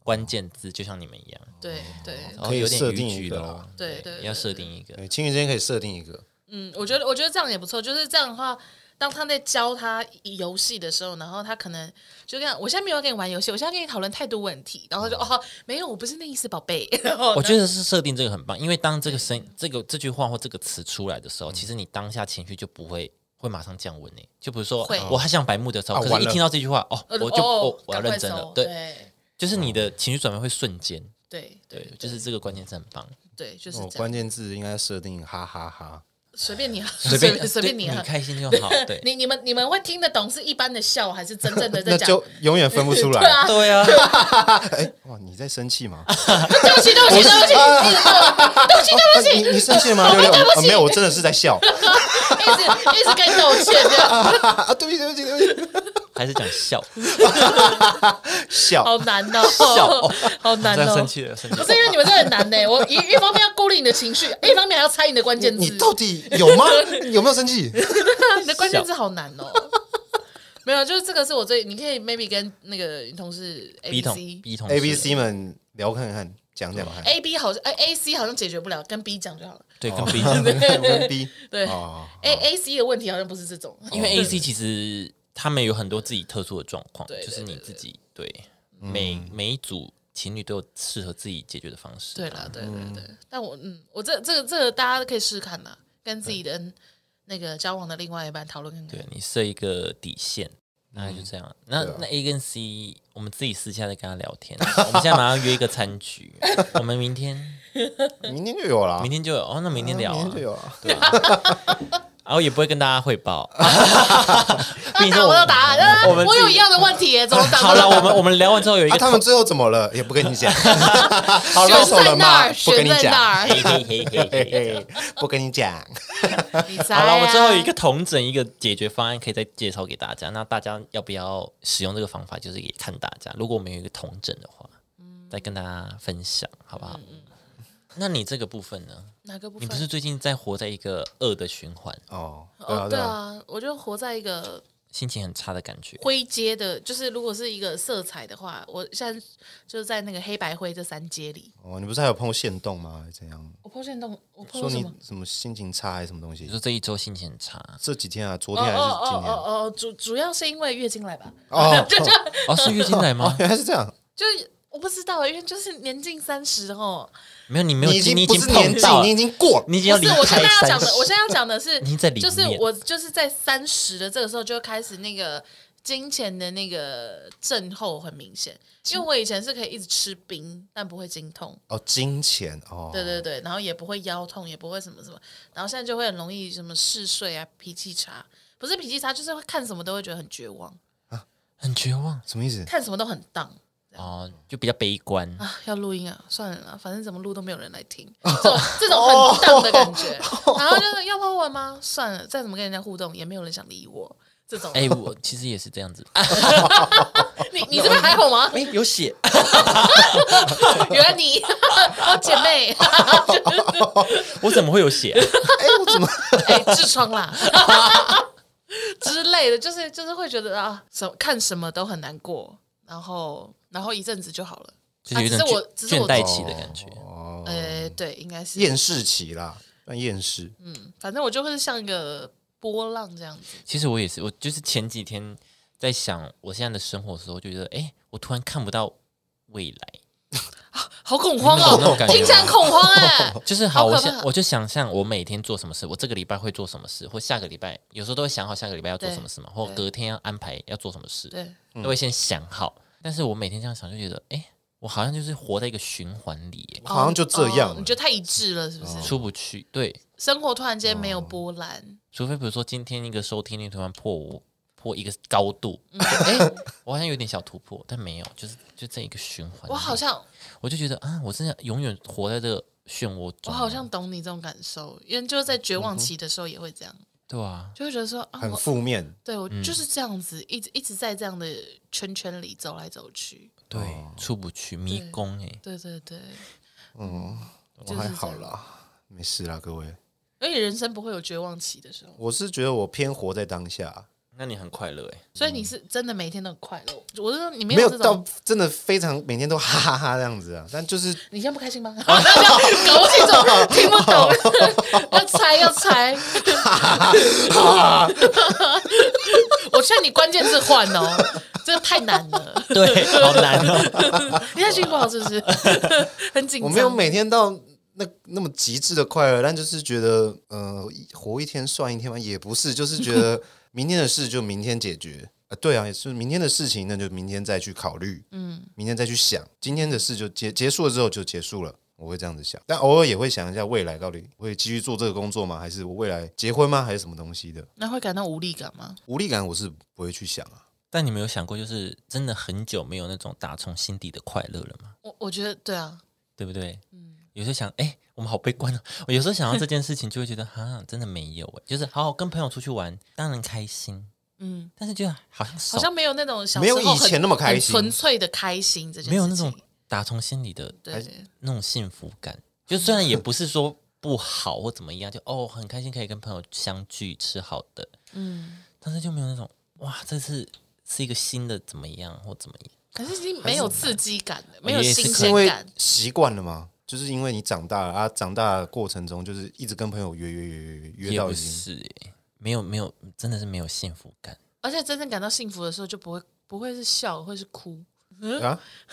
B: 关键字，就像你们一样，
A: 对对
B: 然后
C: 可以
B: 有点
C: 设
B: 逾
C: 定一
B: 矩
C: 个
B: 了
C: 啦
B: 哦，
A: 对对对
B: 要设定一个。
C: 哦对情侣之间可以设定一个，
A: 嗯，我觉得我觉得这样也不错，就是这样的话，当他在教他游戏的时候，然后他可能就这样，我现在没有要跟你玩游戏，我现在跟你讨论态度问题，然后他就哦，没有，我不是那意思，宝 贝。然后
B: 我觉得是设定这个很棒，因为当这个声、
A: 嗯
B: 这个这句话或这个词出来的时
C: 嗯
B: 候，其实你当下情绪就不会会马上降温诶。欸就比如说
A: 会
B: 我还想白目的时候，
C: 哦啊
B: 可是
C: 完
B: 一
C: 了
B: 听到这句话，哦，
A: 呃
B: 我就
A: 哦
B: 哦我要
A: 赶快
B: 认真
A: 走
B: 了，对，
A: 对
B: 就是
C: 哦
B: 你的情绪转变会瞬间，
A: 对
B: 对，就是这个关键是很棒。
A: 对，就是
C: 哦，
A: 这样
C: 关，键字应该设定哈哈哈。
A: 随便你啊，随
B: 随便
A: 便随便
B: 对
A: 你啊。
B: 开心就 好。对，
A: 你你们你们会听得懂是一般的笑还是真正的在
C: 那
A: 讲？
C: 就永远分不出来。
A: 对啊，
B: 对啊，
C: 哇，你在生 气吗？
A: 对不起对不起对不起，
B: 啊
A: 一直对不起
C: 啊你你生气 了吗？六六，
A: 对不起
C: 啊没有，我真的是在 笑
A: 对不起，一直一直跟你道歉这样，
C: 啊！对不起，对不起，对不起，
B: 还是讲 笑
C: 笑
A: 好难 哦，好难
B: 这样
A: 哦
B: 生。气了，生气
A: 不
B: 了
A: 是因为你们这很难呢、我一一方面要孤立你的情绪，一方面还要猜你的关键字。
C: 你到底有 吗？你有没有生气？
A: 你的关键字好难哦。没有，就是这个是我最，你可以 maybe 跟那个你同事 A
B: ，B
A: B
B: 同
A: C
B: B 同
C: A、B、C 们聊看看，讲讲看。
A: A B 好像哎 A C 好像解决不了，跟 B 讲就好了。
C: 哦
B: 对跟 B，
C: 跟 B
A: 对
C: 哦，
A: A A C 的问题好像不是这种，
B: 因为 A C 其实他们有很多自己特殊的状况，
A: 对对
B: 就是你自己对
C: 嗯
B: 每每一组情侣都有适合自己解决的方式。
A: 对啦，对对对。但我嗯，我这这个这个大家可以试试看呐，跟自己的那个交往的另外一半讨论看
B: 对
A: 看。
B: 你设一个底线。大概就这
A: 嗯
B: 样。那
C: 对啊
B: 那 A 跟 C，我们自己私下再跟他聊天。我们现在马上约一个餐 局，我们明天
C: 明天就有了，
B: 明天就有哦，那明天聊
C: 明
B: 啊
C: 天就，有了。
B: 然后也不会跟大家汇报。
A: 他找不到答案啊，
B: 我们
A: 我有一样的问 题耶，怎么找
B: 好
A: 不
B: 了，
A: 到？
B: 我们我们聊完之后有一
C: 啊，
B: 个
C: 他们最后怎么了？也不跟你讲，好
A: 选
C: 分手
A: 在那
C: 了吗
A: 儿，？
C: 不跟
A: 选
C: 你
A: 在
C: 讲，
A: 那儿，
B: 嘿嘿嘿 嘿
C: 嘿
B: 嘿。
C: 嘿，不跟你讲。
A: 你猜啊。
B: 好了，我最后一个同整一个解决方案可以再介绍给大家。那大家要不要使用这个方法，就是也看大家。如果我们有一个同整的话，
A: 嗯
B: 再跟大家分享，好不好？那你这个部分呢？
A: 哪嗯个部
B: 你
A: 分？
B: 不是最近在活在一个恶的循环？
C: 哦，对
A: 哦，
C: 啊，
A: 对
C: 对啊，
A: 啊，我就活在一个
B: 心情很差的感觉。
A: 灰阶的，就是如果是一个色彩的话，我现在就是在那个黑白灰这三阶里。
C: 哦，你不是还有碰线洞吗？还是怎样？
A: 我破线洞，我破
C: 说
A: 什
C: 你
A: 么？
C: 什么心情差还是什么东西
B: 你？说这一周心情很差，
C: 这几天啊，昨
A: 哦
C: 天还是
A: 哦
C: 今
A: 哦
C: 天？哦，
A: 哦哦，主主要是因为月经来吧，
B: 哦，是月经来 吗？
C: 原来是这样。
A: 就是我不知道，因为就是年近三十哦。
B: 没有，你没有，
C: 你已
B: 经
C: 经
B: 你已
C: 不
B: 经
C: 是年
B: 碰到
C: 纪，
B: 了
C: 你已，经过了。
B: 你已经要
A: 不
B: 离
A: 是，我现
B: 开
A: 在要
B: 三
A: 讲
B: 十
A: 的，，我现在要讲的是，
B: 已经在里面
A: 就是我就是在三十的这个时候就开始那个金钱的那个症候很明显，因为我以前是可以一直吃冰，但不会经痛。
C: 哦，金钱哦，
A: 对对对，然后也不会腰痛，也不会什么什么，然后现在就会很容易什么嗜睡啊、脾气差，不是脾气差，就是会看什么都会觉得很绝望，
B: 很绝望
C: 什么意思？
A: 看什么都很荡
B: 哦，就比较悲观。
A: 啊。要录音啊，算了啦，反正怎么录都没有人来 听，这种这种
B: 哦
A: 很荡的感觉。然后就是要抛文吗？算了，再怎么跟人家互动也没有人想理我。这种，
B: 哎，我其实也是这样 子。哎，
A: 你你这边还好吗？
B: 有血，
A: 原来你哦，姐妹，
B: 我怎么会有 血啊？
C: 哎，我怎么？
A: 哎，痔疮啦 之类的，就是就是会觉得啊，什看什么都很难过，然后然后一阵子就好了。
B: 就是有一种
A: 啊只是我
B: 倦
A: 只是
B: 倦
A: 我
B: 怠期的感觉。
C: 哦，
A: 呃，对，应该是，
C: 厌世期啦，算厌世。
A: 嗯，反正我就会像一个波浪这样子。
B: 其实我也是，我就是前几天在想我现在的生活的时候，就觉得，哎，我突然看不到未来，
A: 好恐慌
B: 你嗯懂那种
A: 哦
B: 感，觉吗
A: 听起来很恐慌 哎、
B: 就是
A: 好
B: 好，
A: 可
B: 我
A: 怕
B: 想我就想象我每天做什么事，我这个礼拜会做什么事，或下个礼拜有时候都会想好下个礼拜要做
A: 对
B: 什么事嘛，或
A: 对
B: 隔天要安排要做什么事，
A: 对，
B: 都会先想好。但是我每天这样想，就觉得，哎，我好像就是活在一个循环里，哎
C: 好像就这样哦
A: 哦你觉得太一致了，是不是？
B: 出不去。对，
A: 生活突然间没有波澜，
B: 除非比如说今天一个收听率突然破五破一个高度，
A: 嗯
B: 哎、诶我好像有点小突破，但没有，就是就这一个循环里。
A: 我好像
B: 我就觉得啊，我真的永远活在这个漩涡
A: 我
B: 中啊，
A: 好像懂你这种感受，因为就是在绝望期的时候也会这样，
B: 对啊，
A: 就会觉得说啊，
C: 嗯很
A: 我
C: 负嗯面。
A: 对我就是这样子，一直一直在这样的圈圈里走来走去。
B: 对，出不去迷宫哎、
A: 对对对，
C: 我还好啦，没事啦，各位。
A: 而且人生不会有绝望期的时候，
C: 我是觉得我偏活在当下，
B: 那你很快乐哎、
A: 所以你是真的每一天都很快乐。我是说你没
C: 没
A: 有
C: 有
A: 这
C: 到
A: 种，
C: 真的非常每天都哈哈哈这样子啊，但就是
A: 你现在不开心吗？ 搞不清 楚，听不懂， 要猜要猜。我劝你关键字换哦，这个太难了。
B: 对，好难 哦。
A: 你在心情不好是不是？ 很紧
C: 我
A: 张。
C: 没有每天到那那么极致的快乐，但就是觉得，呃，活一天算一天嘛，也不是，就是 觉得明天的事就明天解决。啊，对啊，也是明天的事情，那就明天再去考虑，嗯，明天再去想，今天的事就结结束了之后就结束了，我会这样子想，但偶尔也会想一下未来到底会继续做这个工作吗？还是我未来结婚吗？还是什么东西的
A: 那会感到无力感吗？
C: 无力感，我是不会去想啊。
B: 但你们有想过，就是真的很久没有那种打从心底的快乐了吗？
A: 我我觉得对啊，
B: 对不对？
A: 嗯
B: 有时候想，哎、我们好悲观哦。我有时候想到这件事情，就会觉得，哈，真的没有哎、就是好好跟朋友出去玩，当然开心，
A: 嗯。
B: 但是就好像少
A: 好像没有那种小
C: 没有
A: 时候
C: 以
A: 很
C: 前那么开心
A: 很纯粹的开心这件事情
B: 没有那种打从心里的
A: 对
B: 那种幸福感。就虽然也不是说不好或怎么样，就哦很开心可以跟朋友相聚吃好的，
A: 嗯，
B: 但是就没有那种哇这次是一个新的怎么样或怎么样。
A: 可是已经没有刺激感了，没有
B: 我也是
A: 新
C: 是
A: 鲜
C: 因为
A: 感。
C: 习惯了吗？就是因为你长大了啊，长大的过程中就是一直跟朋友约约约约约约
B: 也
C: 到
B: 不
C: 已经
B: 是欸没有没有，真的是没有幸福感。
A: 而且真正感到幸福的时候，就不会不会是笑，会是哭，
C: 啊，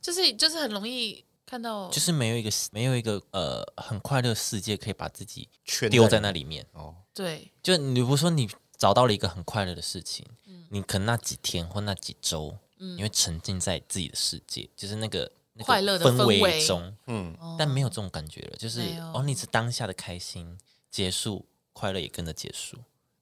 A: 就是就是很容易看到，
B: 就是没有一个没有一个呃很快乐的世界可以把自己
C: 圈
B: 丢在那里面。
C: 哦，
A: 对
B: 就你比如说你找到了一个很快乐的事情，你可能那几天或那几周，你会沉浸在自己的世界，就是那个。那个
A: 嗯快乐的
B: 氛
A: 氛
B: 围
A: 围
B: 中，
C: 嗯，
A: 哦
B: 但没有这种感觉了，就是
A: 没有
B: 哦，你是当下的开心，结束快乐也跟着结束，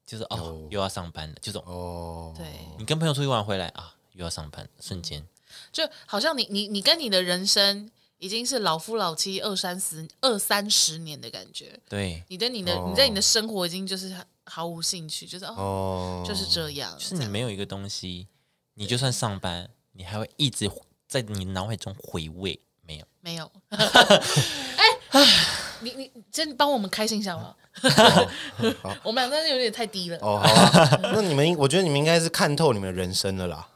B: 就是哦
C: 有
B: 又要上班了，这种
C: 哦，
A: 对，
B: 你跟朋友出去玩回来啊又要上班，瞬间
A: 就好像你你你跟你的人生已经是老夫老妻二三十二三十年的感觉，
B: 对，
A: 你对你的、
C: 哦
A: 你在你的生活已经就是毫无兴趣，就是哦
C: 哦，
A: 就是这样，
B: 就是你没有一个东西，你就算上班，你还会一 直在你脑海中回味，没有
A: 没有。哎、你你你先帮我们开心一下好不 好？ 我们俩真的有点太低了。
C: 哦，好啊，那你们，我觉得你们应该是看透你们的人生了啦。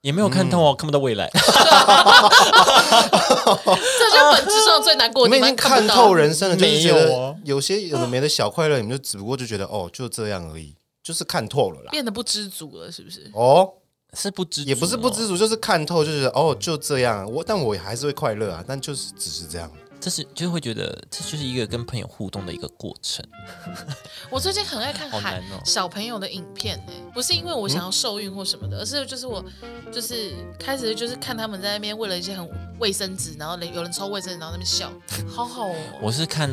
B: 也没有看
C: 嗯
B: 透哦，看不到未来。
A: 这就是本质上最难过
C: 哦你
A: 的地
C: 们
A: 方，哦
C: 已经
A: 看
C: 看
A: 不到
C: 透人生了，就是觉
B: 没有
C: 得
B: 哦
C: 有些有的没的小快乐，你们就只不过就觉得哦，就这样而已，就是看透了啦。
A: 变得不知足了，是不是？
C: 哦，
B: 是不知足哦
C: 也不是不知，足，就是看透，就觉得哦，就这样。我但我还是会快乐啊，但就是只是这样。
B: 这是就会觉得这就是一个跟朋友互动的一个过程。
A: 我最近很爱看
B: 好
A: 韩
B: 难哦
A: 小朋友的影片、欸，不是因为我想要受孕或什
B: 嗯
A: 么的，而是就是我就是开始就是看他们在那边为了一些很卫生纸，然后有人抽卫生纸，然后在那边笑，好好哦。
B: 我是 看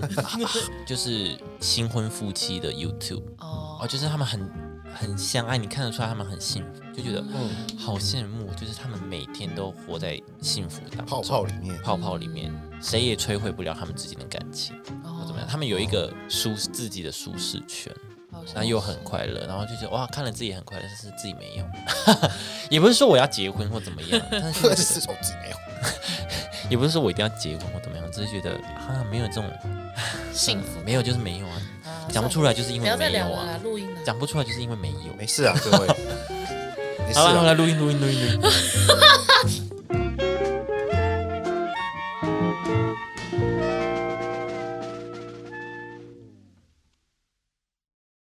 B: 就是新婚夫妻的 YouTube，
A: 哦
B: 哦，就是他们很很相爱，你看得出来他们很幸福，就觉得嗯，好羡慕，就是他们每天都活在幸福当中
C: 泡泡里面，
B: 泡泡里面，谁也摧毁不了他们之间的感情，
A: 哦
B: 或怎么样，他们有一个舒自己的舒适圈。
A: 好像
B: 然后又很快乐，然后就觉得哇，看了自己很快乐，但是自己没有， 也不是说我要结婚或怎么 样，但是就
C: 这哎
B: 觉
C: 是手指没有。
B: 得也不是说我一定要结婚或怎么样，只是觉得啊，没有这种
A: 幸福
B: 没有就是没有啊，
A: 啊
B: 讲不出来就是因
A: 不
B: 为
A: 要再
B: 没
A: 聊
B: 有
A: 了啦
B: 啊，，
A: 录音了。
B: 讲不出来就是因为没有。
C: 啊 没事啊，各位，没事
B: 好了，好
C: 啊。
B: 了，录音录音录音录音，